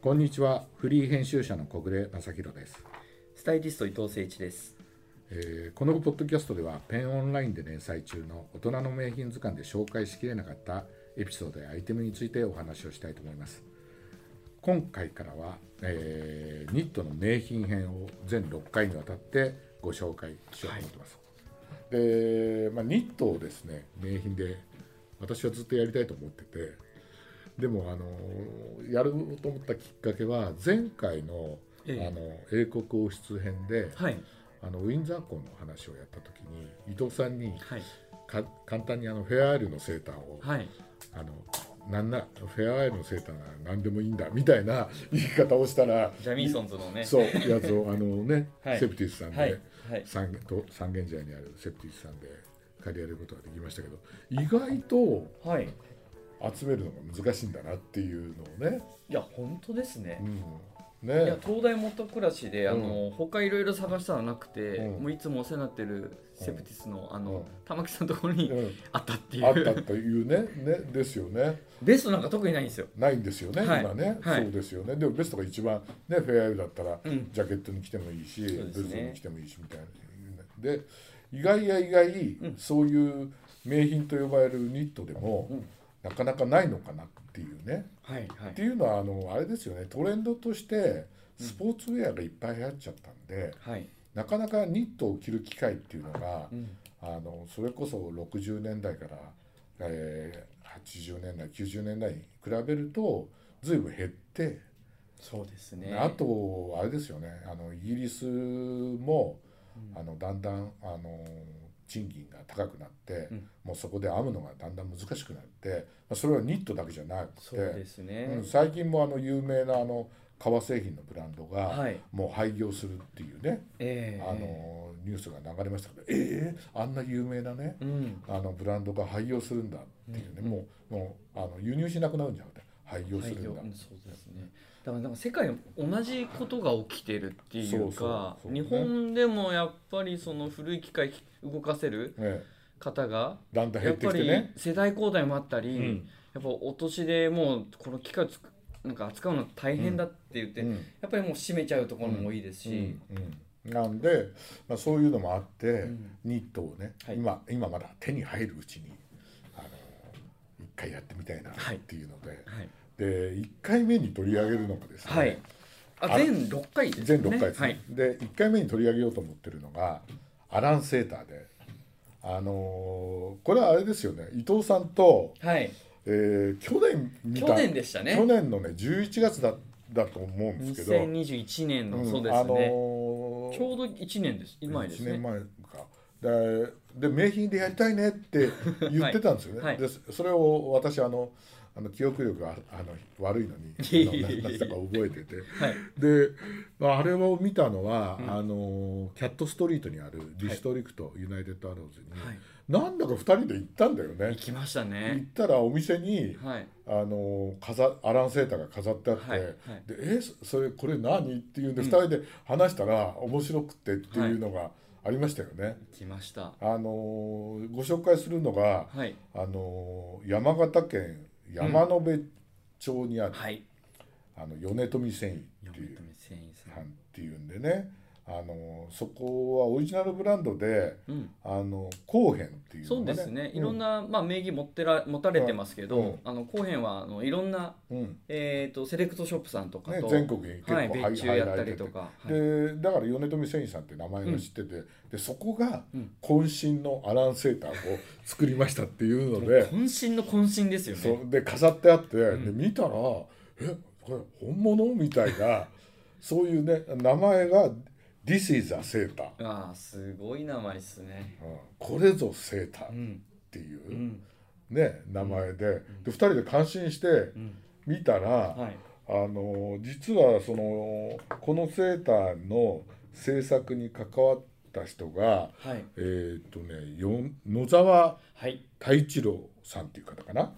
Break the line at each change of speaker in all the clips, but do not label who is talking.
こんにちはフリー編集者の小暮正弘です、
スタイリスト伊藤誠一です。
えーこのポッドキャストではペンオンラインで連載中の大人の名品図鑑で紹介しきれなかったエピソードやアイテムについてお話をしたいと思います今回からは、えーニットの名品編を全6回にわたってご紹介しようと思ってます、で、まあ、ニットをですね名品で私はずっとやりたいと思っててでもあのやると思ったきっかけは前回の,、
ええ
あの英国王室編で、
はい。
あのウィンザー校の話をやった時に伊藤さんに
はい。
か簡単にあのフェアアイルのセーターを、
はい。
あのなんなフェアアイルのセーターなら何でもいいんだみたいな言い方をしたら
ジャミーソンズのね。
そうやつをあのね、
はい
セプティスさんで、
はい。はい。
三と三軒茶屋にあるセプティスさんで借りられることができましたけど意外と
はい。い
集めるのが難しいんだなっていうのをね,、
や、本当ですね
う。ん、
いや
ね
東大元暮らしで、あの、他いろいろ探したらなくて、
うん
もういつもお世話になってるセプティスの、あ
う
の
ん
玉木さんのところに、
う
あったってい
ん、あった
う
というねねですよね。
ベストなんか特にないんですよ
ないんですよね、
はい
今ね、
はい
そうですよねでもベストが一番ねフェアアイルだったら、
うん
ジャケットに着てもいいし、
そうで
ブ
す
ル
ね
ゾンに着てもいいしみたいなで意外や意外、
ん
そういう名品と呼ばれるニットでも、
うん
なかなかないのかなっていうね
はいは
っていうのはあのあれですよねトレンドとしてスポーツウェアがいっぱい流行っちゃったんで、
はい、
なかなかニットを着る機会っていうのが、
うん、
あのそれこそ60年代から、えー80年代90年代に比べると随分減って、
そうですね
あとあれですよねあのイギリスも、あのだんだんあの賃金が高くなって、
うん
もうそこで編むのがだんだん難しくなって、まあ、それはニットだけじゃなく
そ
て
う、ですね、
うん最近もあの有名なあの革製品のブランドが、
はい
もう廃業するっていうね、
ええ
あのニュースが流れましたけどえー、あんな有名なね、
うん
あのブランドが廃業するんだっていうね、
うん
もうもうあの輸入しなくなるんじゃなくて廃業す
廃
る
業
んだ、
うんそうですねだからなんか世界でも同じことが起きてるってい
そううそう
か
そうね
日本でもやっぱりその古い機械動かせる
え
方が
え、だんだん
や
減
っ
ってき
ぱ
て
り
ね
世代交代もあったり、
うん
やっぱお年でもうこの機械をつくなんか扱うの大変だって言って、
うん
やっぱりもう閉めちゃうところも多いですし、
うんなんで、まあ、そういうのもあって、
ん
ニットをね、
はい
今今まだ手に入るうちにあの一回やってみたいなっ
はい
ていうので、
はい、
で一回目に取り上げるのがですね、
はい、あ
あ
全6回ですね
全6回ですね
はい、
で1回目に取り上げようと思ってるのがアラン・セーターで、あのーこれはあれですよね伊藤さんと、
はい、
えー去年見た
去年でしたね
去年のね11月だだと思うんですけど、
2021年の、
うん
そうですね、
あのー
ちょうど1年です今です
1
ね
年前かでで名品でやりたいねって言ってたんですよね、
はいはい
でそれを私あのあの記憶力があの悪いのに
いえいえいえ
何だか覚えてて。
はい
でまああれを見たのは、
うん
あのキャットストリートにあるディストリクト、ユナイテッドアローズに、
はい
なんだか2人で行ったんだよね
行きました
行っ
ね。
たらお店に
はい。
あの飾アラン・セーターが飾ってあって、
はいはい
でえそそれこれ何っていうんで2人で話したら面白くてっていうのがありましたよね。
行きました。
あのご紹介するのが
はい。
あの山形県山野辺町にある、
はい。
あの米富繊維っ
読
ていう
み繊維さ
さん
ん。
っていうんでねあのそこはオリジナルブランドで
うん。
あの後編っていう
そう
のが
ですね。いろん
な、
な、まあ名義持ってら持たれてますけど、
うん
あの後編はあのいろんな
うんうん
えっ、とセレクトショップさんとか
ね
と、、
全国に結構
は
入
い
入
別注
られ
やっ
て
たり
て
とか、はい、
でだから米富繊維さんって名前を知ってて、でそこが
うん
渾身のアランセーターを作りましたっていうので、
渾身の渾身ですよ
そ
ね。
うで飾ってあって、
ん
で見たら「えこれ本物?」みたいなそういうね名前が「This is a セーター」
ああすごい名前ですね。
うんこれぞセーター
う
っ
ん。
ていう。
うん。
ね、名前で,、で2人で感心して
うん。
見たら、
はい。
あの実はそのこのセーターの制作に関わった人が
はい。
えーっ、とねよ野沢
はい。
太一郎さんっていう方かな、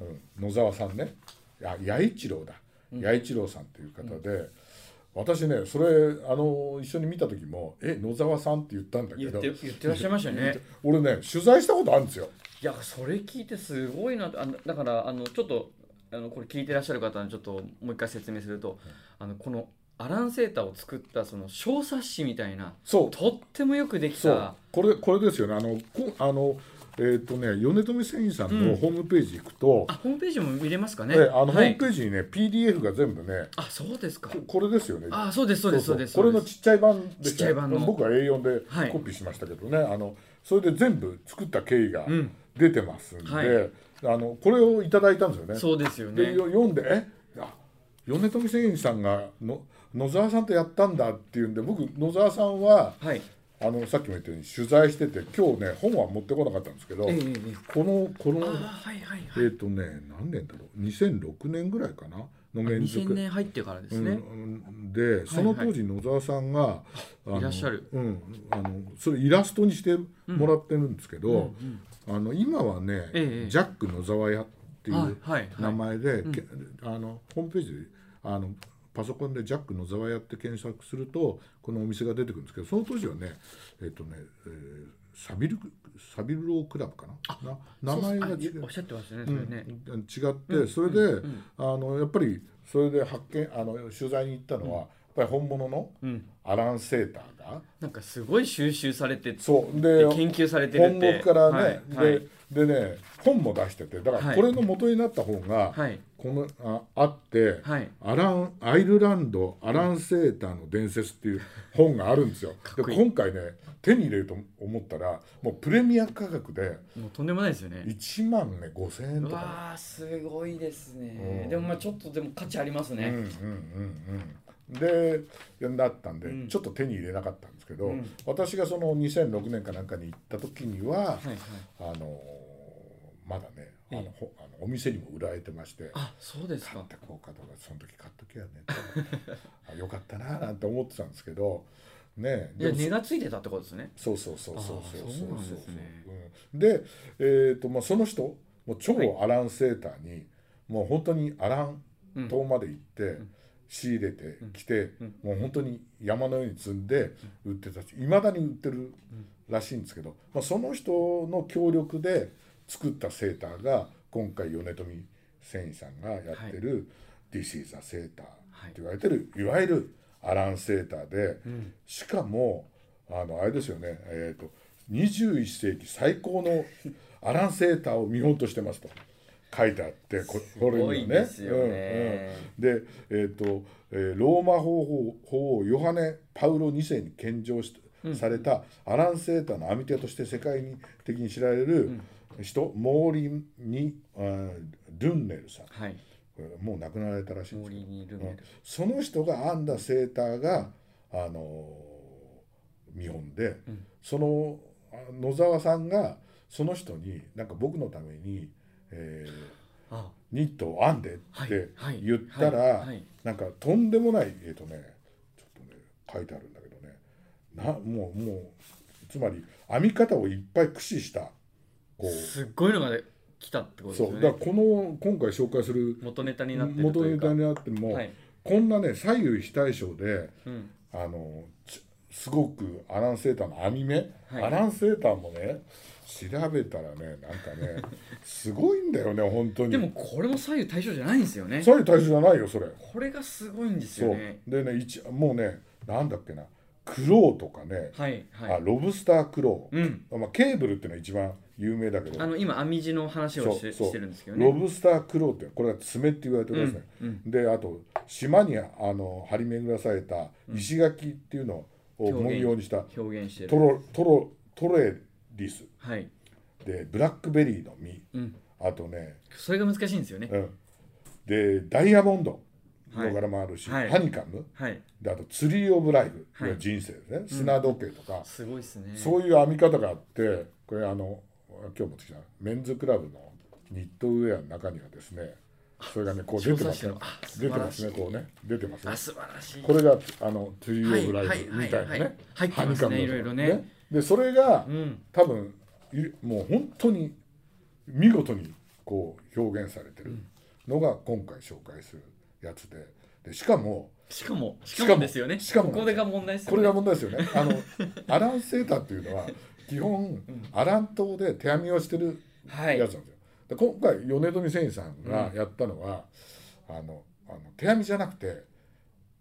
うん、野沢さんねあ八一郎だ、八一郎さんっていう方で、私ねそれあの一緒に見た時も「え野沢さん」って言ったんだけ
言っ
ど
て言ってらっしゃいましたよね。
俺ね取材したことあるんですよ。
いやそれ聞いてすごいなとあのだからあのちょっとあのこれ聞いてらっしゃる方にちょっともう一回説明すると、あのこのアラン・セーターを作ったその小冊子みたいな
そう
とってもよくでき
そう
た
これこれですよねあのこあのえっ、とね米富繊維さん
う
の
ん
ホームページ行くと、
あホームページも見れますかね
えあのホ
は
ーム
い
ペ、ージにね、PDF が全部ね
あそうですか
ここれですよね
あそうですそうですそうです
これの
そうです
ちっちゃい版で
ちっ
し
ち
た
ゃい
よ
版の
僕は A4
は
で
い
コピーしましたけどね、あのそれで全部作った経緯が
うん
出てますんで、
はい
あのこれをいただいたんですよね。
そうですよ
で
ね
よ読んで「えあ米富繊維さんがの野沢さんとやったんだ」っていうんで僕野沢さんは
はい
あのさっきも言ったように取材してて今日ね本は持ってこなかったんですけど、
ええええええ
このこの
あはいはい
えっ、
はい
とね何年だろう2006年ぐらいかなの連続
2000年入ってからです
うんう
ね、
んでその当時野沢さんが、あの
いらっしゃる、
うん、あのそれイラストにしてもらってるんですけど、あの今はね、
ええ
ジャック野沢屋っていう、
はいはい
名
はい
前で、けあのホームページであのパソコンで「ジャック野沢屋」って検索するとこのお店が出てくるんですけどその当時はねえっ、とね、えーサビルサビルロークラブかなな名前が違
そうそう
う
あおっしゃってましたねそれね、
うん違って、それで、あのやっぱりそれで発見あの取材に行ったのは、やっぱり本物の
ん
アラン・セーターが。
なんかすごい収集されてて
そうで
研究されてる
本
っ
国
て
からね、
はいはい
ででね本も出しててだから
はい
これの元になった本が、
はい
このああって、
はい
アラン「アイルランドアラン・セーターの伝説」っていう本があるんですよ。
かっこいい
で今回ね手に入れると思ったらもうプレミア価格で
もうとんでもないですよね
1万、ね、5,000円とかね、
わあすごいです
う
ね
ん
でもまあちょっとでも価値あります
うんうん
ね、
うんうん、でだったんで、
うん
ちょっと手に入れなかったんですけど、
うん
私がその2006年かなんかに行った時には、
はいはい
あのーまだねあ
え
の、
え
ほあのお店にも売られてまして
あそうです
買って
か
こうかとかその時買っときゃねあよかったななんて思ってたんですけどね
いや
でも
値がついてたってことですね
そうそうそうそうそう
あーそうなんですね
うんで、えーとまあ、その人もう超アランセーターに、もう本当にアラン
うん
島まで行って、仕入れてきて、もう本当に山のように積んで売ってたしいまだに売ってるらしいんですけど、まあ、その人の協力で作ったセーターが今回米富繊維さんがやってる「This is a セーター」って言われてる、い、わゆるアランセーターで、しかもあのあれですよね、えー、と21世紀最高のアランセーターを見本としてますと書いてあってここれには
すごいですよ
う
ね
んうんで、えーとえーローマ法皇法王ヨハネ・パウロ2世に献上しされたアラン・セーターの網手として世界的に知られる人、モーリーニ・うんルンネルさん
はい
もう亡くなられたらしいんですけど
森にいるんで
その人が編んだセーターが、あのー見本で、そのあ野沢さんがその人になんか僕のために、えー
あ
ニットを編んでっ
はい
て
はい
言ったら、
はいはい
なんかとんでもないえっ、とねちょっとね書いてあるんだけどねなもうもうつまり編み方をいっぱい駆使したこう
すっごいのが来たってことで
そ
す
う
よ
だから
ね
この今回紹介する
元ネタになってる
元
とい
ネ
うか
タになっても、
はい
こんなね左右非対称で
うん
あのちすごくアラン・セーターの網目、
はい
アラン・セーターもね調べたらねなんか ねすごいんだよね本当に
でもこれも左右対称じゃないんですよね
左右対称じゃないよそれ
これがすごいんです
そう
よね
でね一もうねなんだっけなクロウとかね、
はいは
あ
い
ロブスタークロウ、
うん
まあ、ケーブルっていうのは一番有名だけど
あの今編み地の話を
そう
し
そう
してるんですけど
ロ
ね
ブスタークローってこれは爪って言われてるやつね、であと島にあの張り巡らされた石垣っていうのを
表現
文様にした
表現して
ト
る
ロトロトレリス
はい
でブラックベリーの実、
うん
あとね、
それが難しいんですよね
うん、でダイヤモンドの柄もあるし、
はい
ハニカム
はい
であとツリー・オブ・ライフ、
はい
いや人生ですね砂時計とか、
すごいですね
そういう編み方があってこれあの今日持ってきたメンズクラブのニットウェアの中にはですねそれがねこう出てますね
小冊子のあ素
出
晴
てま
らしい
すねこうね出てますね
あ素晴らしい
これがあの「トゥ
は
ー・
い
オブ・ライブ」みたいな
はいはい
ね
はい入ってますね
ハニカムの
いろいろね
でそれが
うん
多分いもう本当に見事にこう表現されてるのが今回紹介するやつででしかも
しかもし
かも
かもですよね
しかも
これが問題です
こ
よ
れ
ね
が問題ですよね。あのアランセーターっていうのは基本アラン島で手編みをしてる
は
やつ
い
なんですよ。で今回米富繊維さんがやったのは、あのあの手編みじゃなくて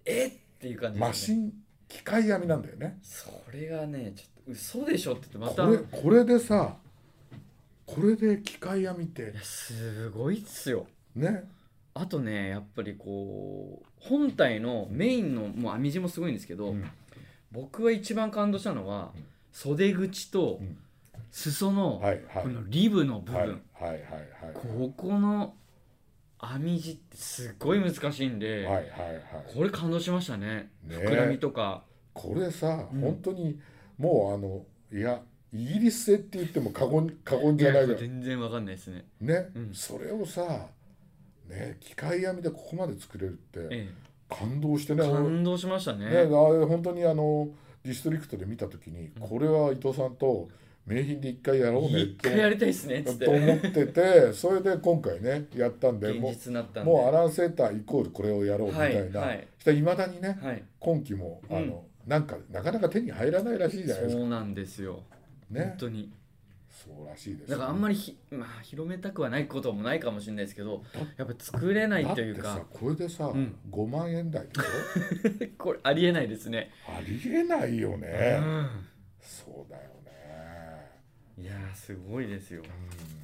えっていう感じ
マ
です
シ
ね
ン機械編みなんだよね。
それがねちょっと嘘でしょって言ってまた
これこれでさこれで機械編みって
いやすごいっすよ
ね
あとねやっぱりこう本体のメインのもう編み地もすごいんですけど、
うん
僕が一番感動したのは、
うん
袖口と
うん
裾の、
はいはい
このリブの部分、
はいはいはい
ここの編み地ってすごい難しいんで、
はいはいはいはい
これ感動しましたね
ね
膨らみとか
これさ、
うん
本当にもうあのいやイギリス製って言っても過言過言
い
じゃ
や
ない
こ
ぐ
れ
らい
全然わかんないですね、
ね、
うん
それをさね機械編みでここまで作れるって
え
感動して
え、
ね俺ね
感動しましたね
あれ本当にあのディストリクトで見た時に、
ん
これは伊藤さんと名品で一回やろうねっ
一回や
て
りたいですねっつっ
と思ってててそれで今回ねやったんで
現
も
実になった
うん
で
もうアランセーターイコールこれをやろうみたいな、
はいい
まだにね
はい、はい、
今期もあの、なんかなかなか手に入らないらしいじゃないです
そ
か
うなんですよ、
ね
本。当に
そうらしいです、
だからあんまりひ、まあ、広めたくはないこともないかもしれないですけどやっぱ作れないとい
だ
う
って
か
さこれでさ、
うん
5万円台 でしょ
これありえないですね、
ありえないよね、
うん
そうだよね
いやーすごいですよ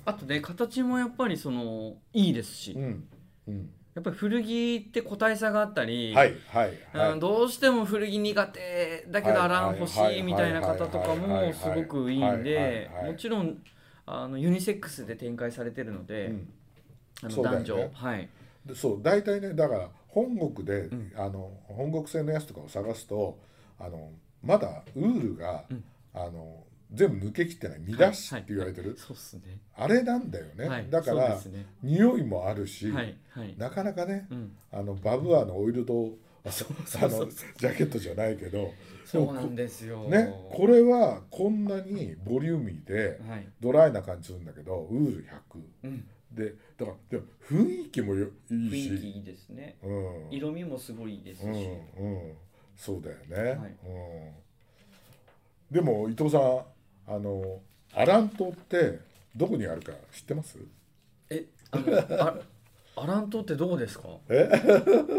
あとね形もやっぱりそのいいですし、
うん、うんうん
やっぱり古着って個体差があったり、
はいはい
うん
は
どうしても古着苦手だけど
はい
アラン欲し
はい
いみたいな方とか
はいはいはいはい
もすごくいいんで
はいはいはい
もちろんあのユニセックスで展開されてるの
い、
で、
うん、
あの
そうだよ
男
ね
女、はい
でそう大体ねだから本国で、
うん
あの本国製のやつとかを探すとあのまだウールが、
うん
あの全部抜けきってない見出しって言われてる、
そうっすね
あれなんだよね、
はい
だか
そうで
ら
すね
匂いもあるし、
はいはい
なかなかね
うん
あのバブアのオイルとあ
そうそ
あ
うそ
の
う
ジャケットじゃないけど
そうなんですよ
ねこれはこんなにボリューミーで
はい
ドライな感じするんだけどウール100
うん
でだからでも雰囲気もよいい
雰囲気
し、
いいですね
うん
色味もすごいですし、
うんうん、そうだよね、
はい
うん、でも伊藤さんあのアラン島ってどこにあるか知ってます
えあのあアラン島ってどこですか
え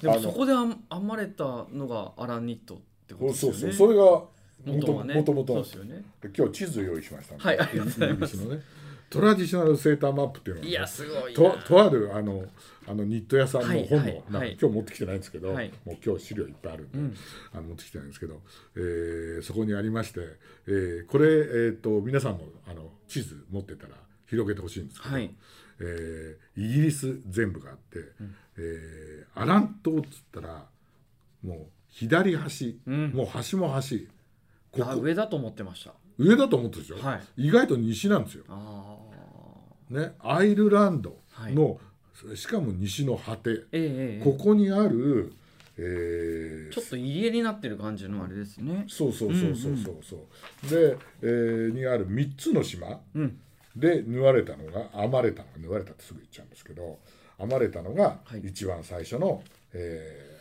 でもそこで編編まれたのがアランニットってことです
そ
よ
う
ね
そうそれがも
元
と
はね
もとも
そう
と
ですよね
今日地図用意しましたんで
はいありがとうございます
イギリスのねトラディショナルセーターマップっていうのがね
いやすごい
と
な
とあるあのあのニット屋さんの本の、
はいはい
なんか
はい
今日持ってきてないんですけど、
はい
もう今日資料いっぱいあるんで、
うん
あの持ってきてないんですけど、えーそこにありまして、えーこれ、えー、と皆さんもあの地図持ってたら広げてほしいんですけど、
はい
えーイギリス全部があって、えーアラン島っつったらもう左端、
うん
もう端も端こ
あ
こ
上だと思ってました
上だと思ったでしょ、
は
意外と西なんですよ。
ああ
ね、アイルランドの、しかも西の果て。
ええええ
ここにある、えー
ちょっと入り江になってる感じのあれですね
そうそうそうそうそうそう、で、えーにある3つの島
うん
で縫われたのが編まれたのが縫われたってすぐ言っちゃうんですけど編まれたのが
はい
一番最初の、えー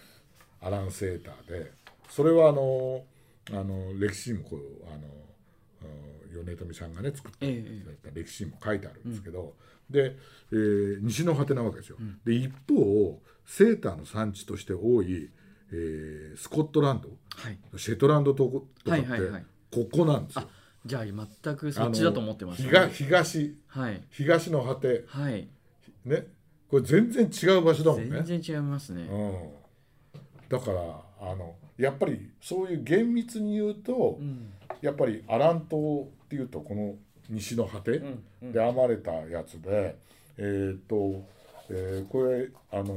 アランセーターでそれはあのあの歴史にもこうあのうん米富さんがね作った
ええ
歴史にも書いてあるんですけど、で、えー西の果てなわけですよ。で一方セーターの産地として多い、えースコットランド
はい
シェトランド島とかって
はいはいはい
ここなんですよ。
じゃあ全くそっちだと思ってました、
あの東東
はい
東の果て
はい
ねこれ全然違う場所だもんね。
全然違いますね、
うん、だからあのやっぱりそういう厳密に言うと、
うん
やっぱりアラン島っていうとこの西の果て
んうん
で編まれたやつで、えーっと、えーこれあの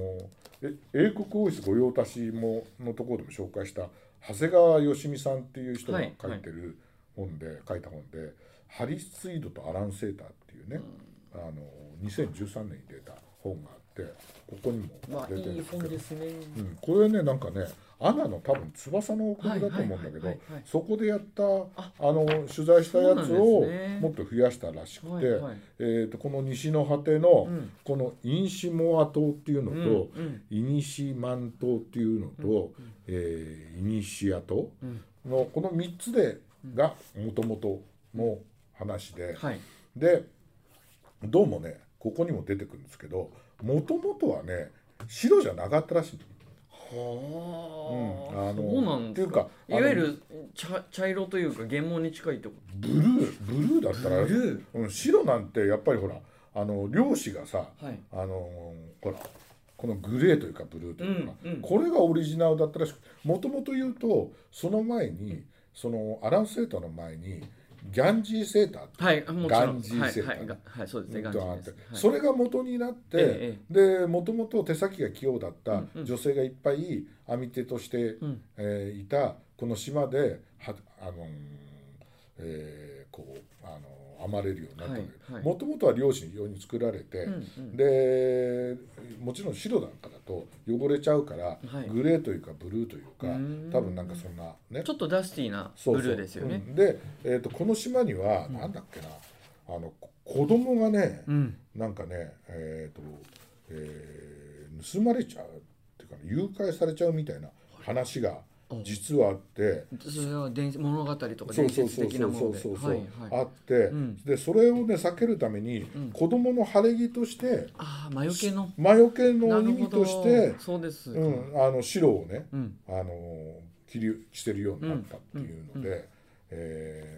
え英国王室御用達ものところでも紹介した長谷川芳美さんっていう人が
は
書
い
いてる本で、書いた本で「ハリス・ツイードとアラン・セーター」っていうね、あの2013年に出た本があってここにも
まあ
出てるん
いい
ですけ
本
ど。
ですね、
うん、これねなんかねアナの多分翼の王国だと思うんだけど
はいはいはいはいはい
そこでやったあ
あ
の取材したやつ
そう
を
なんですね
もっと増やしたらしくて、
はいはい
えー、とこの西の果ての、
うん
このインシモア島っていうのと、
うんうん
イニシマン島っていうのと、えーイニシア島のこの3つでがもともとの話で、
はい
で、えどうもねここにも出てくるんですけどもともとはね白じゃなかったらしい
は
うん
あ、
あの
そうなんですか
っ。て
い
いうかあの
わゆる茶茶色というか原毛に近いとこ
ブルーブルーだったら
ブル
うん、白なんてやっぱりほらあの漁師がさ
ろ。はい。
あのほらこのグレーというかブルーというか、
うんうん
これがオリジナルだったらしくもともと言うとその前にそのアランセーターの前にギャンジーセーターって
はい、もちろん。
ガンジーセーター
はい、はいがはい、そうですね。ガンジ
ドアン
ー
って
です。
そ
れ
れが元になっ
え
て、でもともと手先が器用だった
うんうん
女性がいっぱい編み手として、
うん
えーいたこの島ではあのーえーこうあのー編まれるようになったんだけど
はいはい
もともとは漁師用に作られて、
うんうん
でもちろん白なんかだと汚れちゃうから、
はい
グレーというかブルーというか
うーん
多分なんかそんなね
ちょっとダスティーな
そ
ブ
うそう
ルーですよね。
うんで、えー、とこの島には、なんだっけなあのこ子供がね、
うん。
なんかね、えーとえー盗まれちゃうっていうか、ね、誘拐されちゃうみたいな話が実はあって。
それは伝説物語とか
そう
伝
そう
説
そう
的
そ
な
う
も
そ
の
う
で。
そう
はいはい。
あって、
うん
でそれをね避けるために、
ん
子供の晴れ着として
ああ、魔除けの。
魔除け
な
の
る
意
ほ
味
ど
として。
そうです。
う。ん、あの白をね、
うん。
あの着る着てるようになったっていうので、えー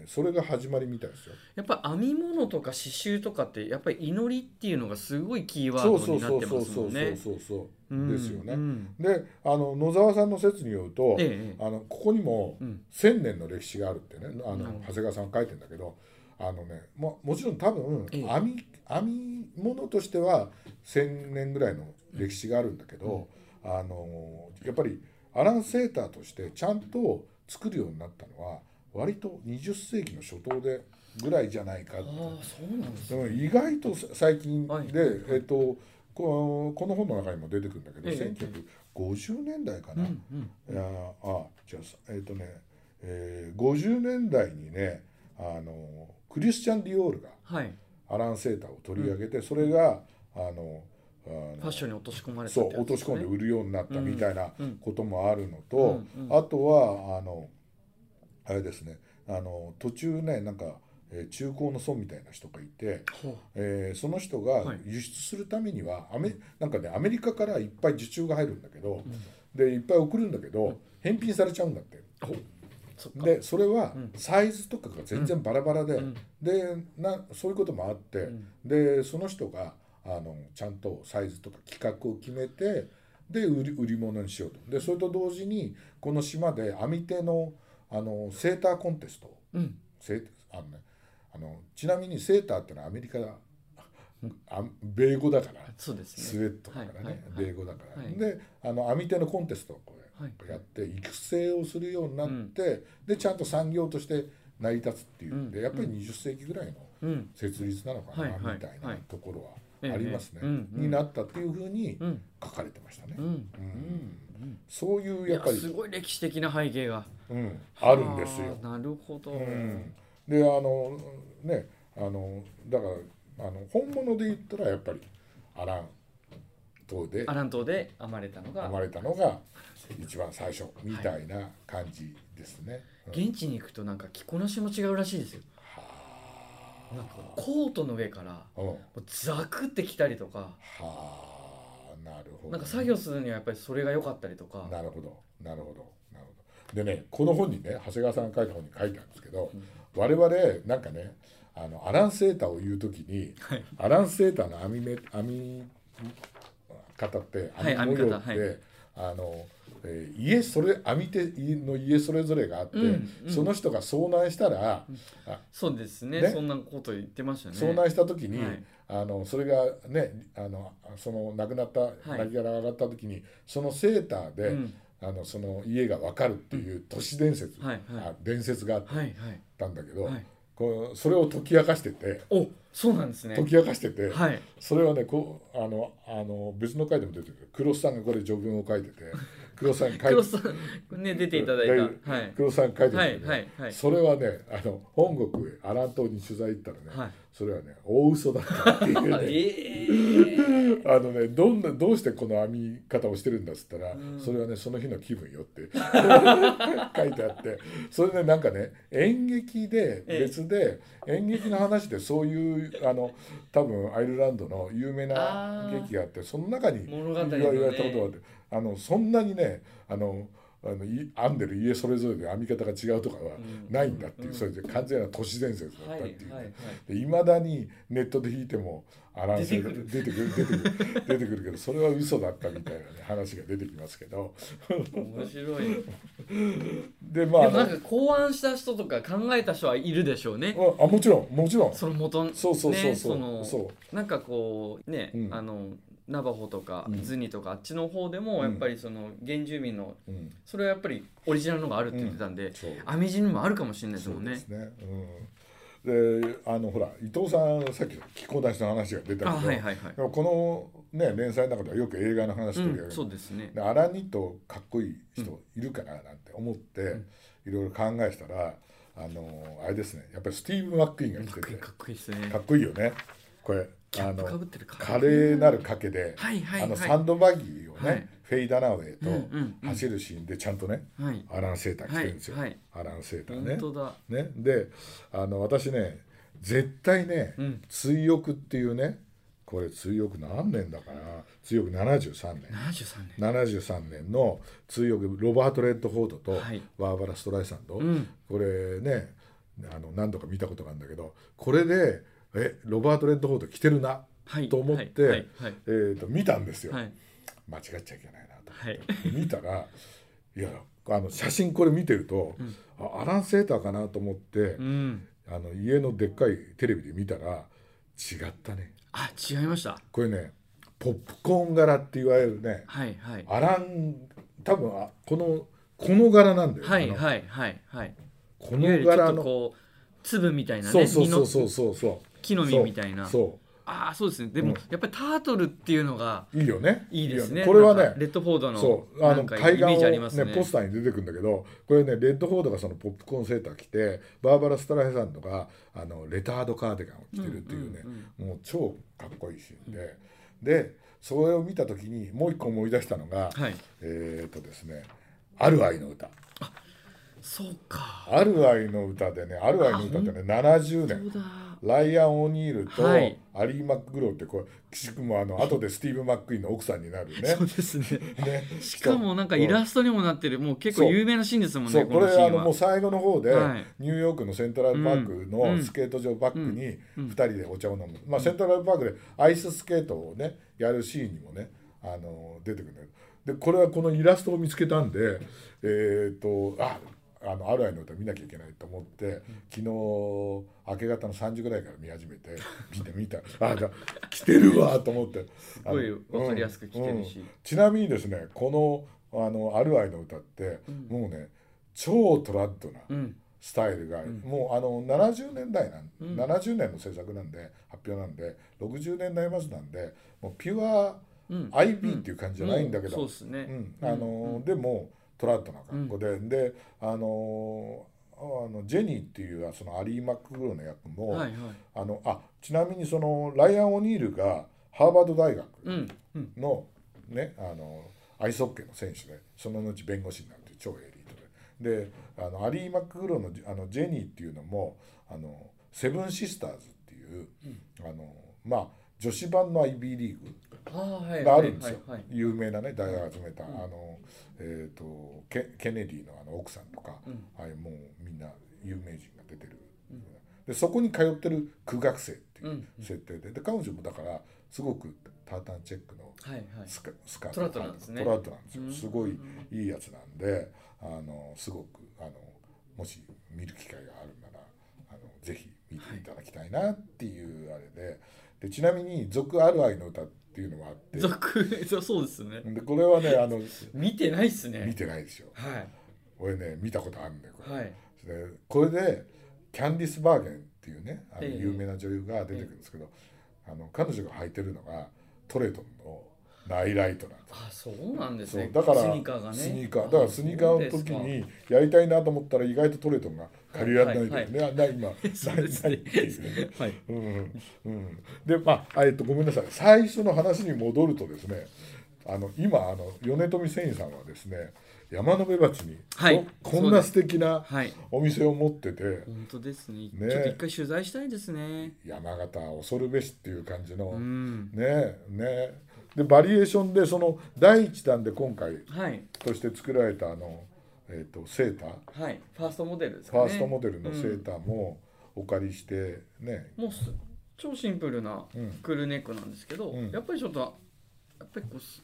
それが始まりみたいですよ。
やっぱ編み物とか刺繍とかってやっぱり祈りっていうのがすごいキーワードになってますもんね。
そうそううんですよね。
うん
であの野沢さんの説によると、
ええ
あのここにも
うん
千年の歴史があるってねあ
なる
の
ほど
長谷川さん書いてんだけどあのねももちろん多分
ええ
編み編み物としては千年ぐらいの歴史があるんだけど、あのやっぱりアランセーターとしてちゃんと作るようになったのは割と20世紀の初頭でぐらいじゃないかって
ああ、そうなんですね。
うん意外とさ最近で、
はい
えっとここの本の中にも出てくるんだけど、
え
1950年代か
う
な、
んうん。
いやーあじゃあさえっ、とね、えー50年代にねあのクリスチャン・ディオールが
はい。
アラン・セーターを取り上げて、それがあのあ
ファ
の
ッションに落とし込まれた
そ
っ
う
てや
落
つ
とし
です
込んで売るようになったみたいな
うんうん
こともあるのと、
うんうん
あとはあのあれですねあの途中ねなんか、えー中高の孫みたいな人がいて、
ほう
えーその人
は
が
い
輸出するためには、アメなんかねアメリカからいっぱい受注が入るんだけど、でいっぱい送るんだけど、返品されちゃうんだって。
そっか
でそれは
うん
サイズとかが全然バラバラで、
うん
でなそういうこともあって、
ん
でその人があのちゃんとサイズとか規格を決めてで売り売り物にしようとでそれと同時にこの島で編み手のあのセーターコンテスト
うん
セあの、ね、あのちなみにセーターってのはアメリカだあ米語だから
そうです
ス
ね
ウェットだから
はい
ね、
はい
米語だから、
はい
であの網手のコンテストをこ
はい
れやって育成をするようになって、でちゃんと産業として成り立つっていうんで、
うん
やっぱり20世紀ぐらいの
うん
設立なのか
はい
な、
はい
みたい
は
ないところはありますね、
ええうんうん
になったっていうふうに
うん
書かれてましたね、
うん
うんそういう
い
や
や
っぱり
すごい歴史的な背景が
うん、あるんですよ
あ。ーなるほど
うん、であのねあのだからあの本物で言ったらやっぱりアラン島で
アラン島で編まれたの
生
が
まれたのが一番最初みたいな感じですね。うん
現地に行くとなんか着こなしも違うらしいですよなんかコートの上からも
うんは
うザクって着たりとか
あなるほど。
なんか作業するにはやっぱりそれが良かったりとか
なるほどなるほどなるほど。でねこの本にね長谷川さんが書いた本に書いてあるんですけど、我々なんかねあのアランセーターを言うときに、アランセーターの編み目編み方って
はい
編み模様っ
編み方は
てあの。えー家それ編み手の家それぞれがあって、
うんうん
その人が遭難したら、あ
そうですね
ね
そんなこと言ってましたね
遭難した時に、
はい
あのそれがねあのその亡くなった
い
亡きが上がった時に、そのセーターで、
うん
あのその家が分かるっていう都市伝説、
はいはい
あ伝説があっ
はいはい
たんだけど、
はい
こうそれを解き明かしてて
おそうなんですね
解き明かしてて、
はい
それはねこうあのあの別の回でも出てくる黒須さんがこれ序文を書いて て黒須さんが書い
黒
て
さんね出ていただいたはい
黒須さんが書いて
は
るんだ
い
けど、
はいはい
それはねあの本国アラン島に取材行ったらね、
はい
それはね大嘘だったっていうね。
え
あのねどんなどうしてこの編み方をしてるんだっつったら、
うん
それはねその日の気分よって書い てあってそれでなんかね演劇で
ええ
別で、演劇の話でそういうあの多分アイルランドの有名な
あー
劇があってその中に
物語のね
言わ言われたことがあってあのそんなにねあのあのい編んでる家それぞれで編み方が違うとかは
うん
ないんだっていう、
うん
それで完全な都市伝説だ
は
っ
い
た
は
っ
い
ていうね。
はい
いまだにネットで引いてもアランセが出てくる出てくる出てくるけどそれは嘘だったみたいな、ね、話が出てきますけど
面白いで
で まあ
も
あの
なんか考案した人とか考えた人はいるでしょうね
ああもちろんもちろんそ
その元
うそうそう
ね
そう、
の
そ
なんかこうね、
うん
あのナバホとか
うん
ズニとかあっちの方でも
う
や
ん
っぱりその原住民の
う、うん、
それはやっぱりオリジナルのがあるって言ってたんで、
そう
編み地にもあるかもしれないです
そ
も
うん
ね
ですね。うん、であのほら伊藤さんさっきの気候出しの話が出たけど、
あはいはいはい
でもこのね連載の中ではよく映画の話
う
取り上げる、
ん、そうですね
でアラニットかっこいい人いるかななんて思って、いろいろ考えてたらあのあれですねやっぱりスティーブ・マックイーンが来
か
て
っこいい
て
かっこいいですね
かっこいいよねこれ
キ
あ
ャップか
の
ぶってるから
華麗なる賭けで、
はいはいはい
あのサンドバギーをね、
はい
フェイ・ダナウェイ
うんうんう
と
ん
走るシーンでちゃんとね、
はい
アラン・セーター着てるんですよ、
はいはい
アラン・セーターね
本。当だ
ね、であの私ね絶対ね、
うん
追憶っていうねこれ追憶何年だかな追憶73年
73年
73年の追憶ロバート・レッドフォードと
はい
バーバラ・ストライサンド、
うん
これねあの何度か見たことがあるんだけどこれでえロバート・レッドフォード着てるな
はい
と思って、
はいはい
えー、と見たんですよ、
はい
間違っちゃいけないなと
はい
見たらいやあの写真これ見てると、あアラン・セーターかなと思って、
うん
あの家のでっかいテレビで見たら違ったね
あ違いました
これねポップコーン柄っていわゆるね
はいはい
アラン多分あこのこの柄なんだよ、
はい
あの
はいはいはい
こ
いわゆ
の
るちょ
柄
っと
の
こう粒みたいな
そう
ね
そうそう
実
そ
の
うそうそう
木の実みたいな
そ
ああそうですねでも、
うん
やっぱりタートルっていうのが
ういいよね
いいですね
よこれは
なんか
ね
レッドフォードの
そうあ
な
の
んか
海
イ
岸
メージありま
を
すね
ねポスターに出てくるんだけどこれねレッドフォードがそのポップコーンセーター着てバーバラ・ストライサンドがあのレタードカーディガンを着てるっていうね、
んんん
もう超かっこいいシーンで、でそれを見た時にもう一個思い出したのが、
はい
えー、っとですね「ある愛の歌」
そうか
「ある愛の歌」でね「ある愛の歌」ってね70
そ
年
うだ
ライアン・オニールと
はい
アリー・マックグローってこう岸君もあの後でスティーブ・マックイーンの奥さんになるね
そう。です ね
ね
しかもなんかイラストにもなってるもう結構
そう
有名なシーンですもんね
そう
こ
こ
の
れ
シー
あ
ン
の
は
もう最後の方で、
はい
ニューヨークのセントラルパーク
う
の
ん
スケート場バックに
うん
2人でお茶を飲む、まあ、セントラルパークでアイススケートをねやるシーンにもねあの出てくるんだけどでこれはこのイラストを見つけたんでえっ、とああの「ある愛の歌」見なきゃいけないと思って昨日明け方の3時ぐらいから見始めて見て見たあだ来てるわと思って。す
ごいわかりやすく来てるし
ちなみにですねこの「あのある愛の歌」って、もうね超トラッドな
うん
スタイルが、もうあの70年代なん、
うん
70年の制作なんで発表なんで60年代末なんでもうピュア
うん、
IB っていう感じじゃないんだけ
もう
ど、
そうです
う
ね、
んあのでもトラッドな格好で、であのあのジェニーっていうそのアリー・マックグローの役も、
はいはい
あのあちなみにそのライアン・オニールがハーバード大学、
うんうん
の,、ね、あのアイスホッケーの選手でその後弁護士になるという超エリートでであのアリー・マックグローのあのジェニーっていうのもあのセブンシスターズっていう、あのまあ女子版の IB リーグ
ああはい
があるんですよ、
はいはい
有名なね大学集めた、あのえー、とケケネディのあの奥さんとか、ああいうもうみんな有名人が出てる、でそこに通ってる苦学生っていう設定で,、で彼女もだからすごくタータンチェックの
はいはいはい
スカスカー
トラットなんですね
トラットなんですよ
うん
すごいいいやつなんであのすごくあのもし見る機会があるならあのぜひ見ていただきたいなっていうあれで,、でちなみに「俗ある愛の歌」っていうのがあって
続 そうそうですね
でこれはねあの
見てないっす
見
ね
てないですよ
はい
俺ね見たことあるんだよこれ、
はい
でこれでキャンディス・バーゲンっていうねあの
ええ
有名な女優が出てくるんですけど、あの彼女が履いてるのがトレトンのライライトなんです
あそうなんです
そう
ね
だから
スニーカーがね
スニーカーだからスニーカーの時にやりたいなと思ったら意外とトレトンが借りられないんだよね、あな今
そう
ない
で
ない
すね
っていうね
あはい
うんうん、でまあ、あえっとごめんなさい最初の話に戻るとですねあの今あの米富繊維さんはですね山辺町に、
はい
ここんな素敵な
はい
お店を持ってて、
本当ですね
ね
ちょっと一回取材したいですね
山形恐るべしっていう感じの、
うん
ねねでバリエーションでその第一弾で今回
はい
として作られたあの、えっとセーター
はいファーストモデルで
フ
すかね
ァーストモデルのセーターもお借りしてね、
もうす超シンプルな
うん
クールネックなんですけど、
うん
やっぱりちょっとやっぱりこうす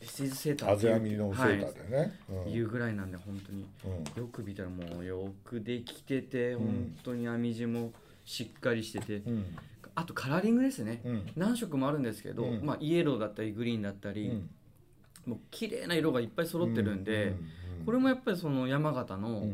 SDGs セーター
ア
って
ゼ
いう
編みのセーターでね、
はい、いうぐらいなんで本当に
うんうん
よく見たらもうよくできてて、
うん
本当に編み地もしっかりしてて
うん
あとカラーリングですね、
うん
何色もあるんですけど、
うん
まあ、イエローだったりグリーンだったり、
うん
もう綺麗な色がいっぱい揃ってるんで、
うん
これもやっぱりその山形の、
う
や
ん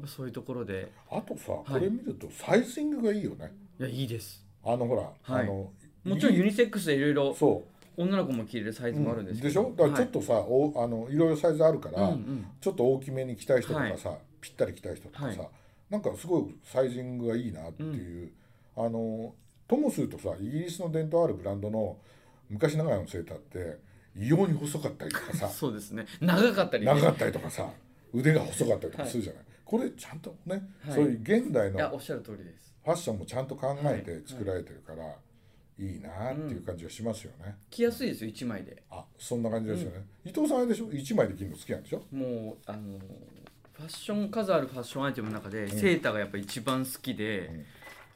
っぱそういうところで
あとさ
い
これ見るとサイジングがいいよね、
いやいいです
あのほら、
はい
あの
もちろん
いい
ユニセックスでいろいろ
そ
女の子も着れるサ
う
イズもあるんですけ
でし
ど、
ょだからちょっとさ、おあのいろいろサイズあるか
はい
ら、
うんうん
ちょっと大きめに着たい人とかさ、ぴったり着たい人とかさ、
は
なんかすごいサイジングがいいなっていう、あのともするとさイギリスの伝統あるブランドの昔ながらのセーターって異様に細かったりと かさ
そうですね長かったりね
長かったりとかさ腕が細かったりとかするじゃない、これちゃんとね、
はい
そういう現代
い
の
やおっしゃる通りです
ファッションもちゃんと考えて作られてるから、い、いなっていう感じがしますよね。
着やすいですよ1枚で
あそんな感じですよね。伊藤さんあれでしょ1枚で着るの好きなんでしょ
もうあのファッション数あるファッションアイテムの中で、セーターがやっぱ一番好きで、
うん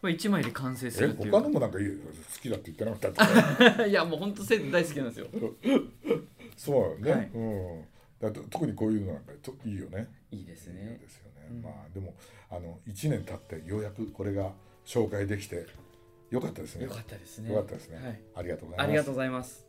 まあ1枚で完成す
え
るっていう
他のもなんかいいよ好きだって言ってなかったって
いやもう本当セーター大好きなんですよ
そうよね、
はい
うんだと特にこういうのなんかといいよね。
いいです
いい
ね
ですよね。まあでもあの1年経ってようやくこれが紹介できてよかったですね。
よかったですね
よかったですね。
はい、
ありがとうございます。
ありがとうございます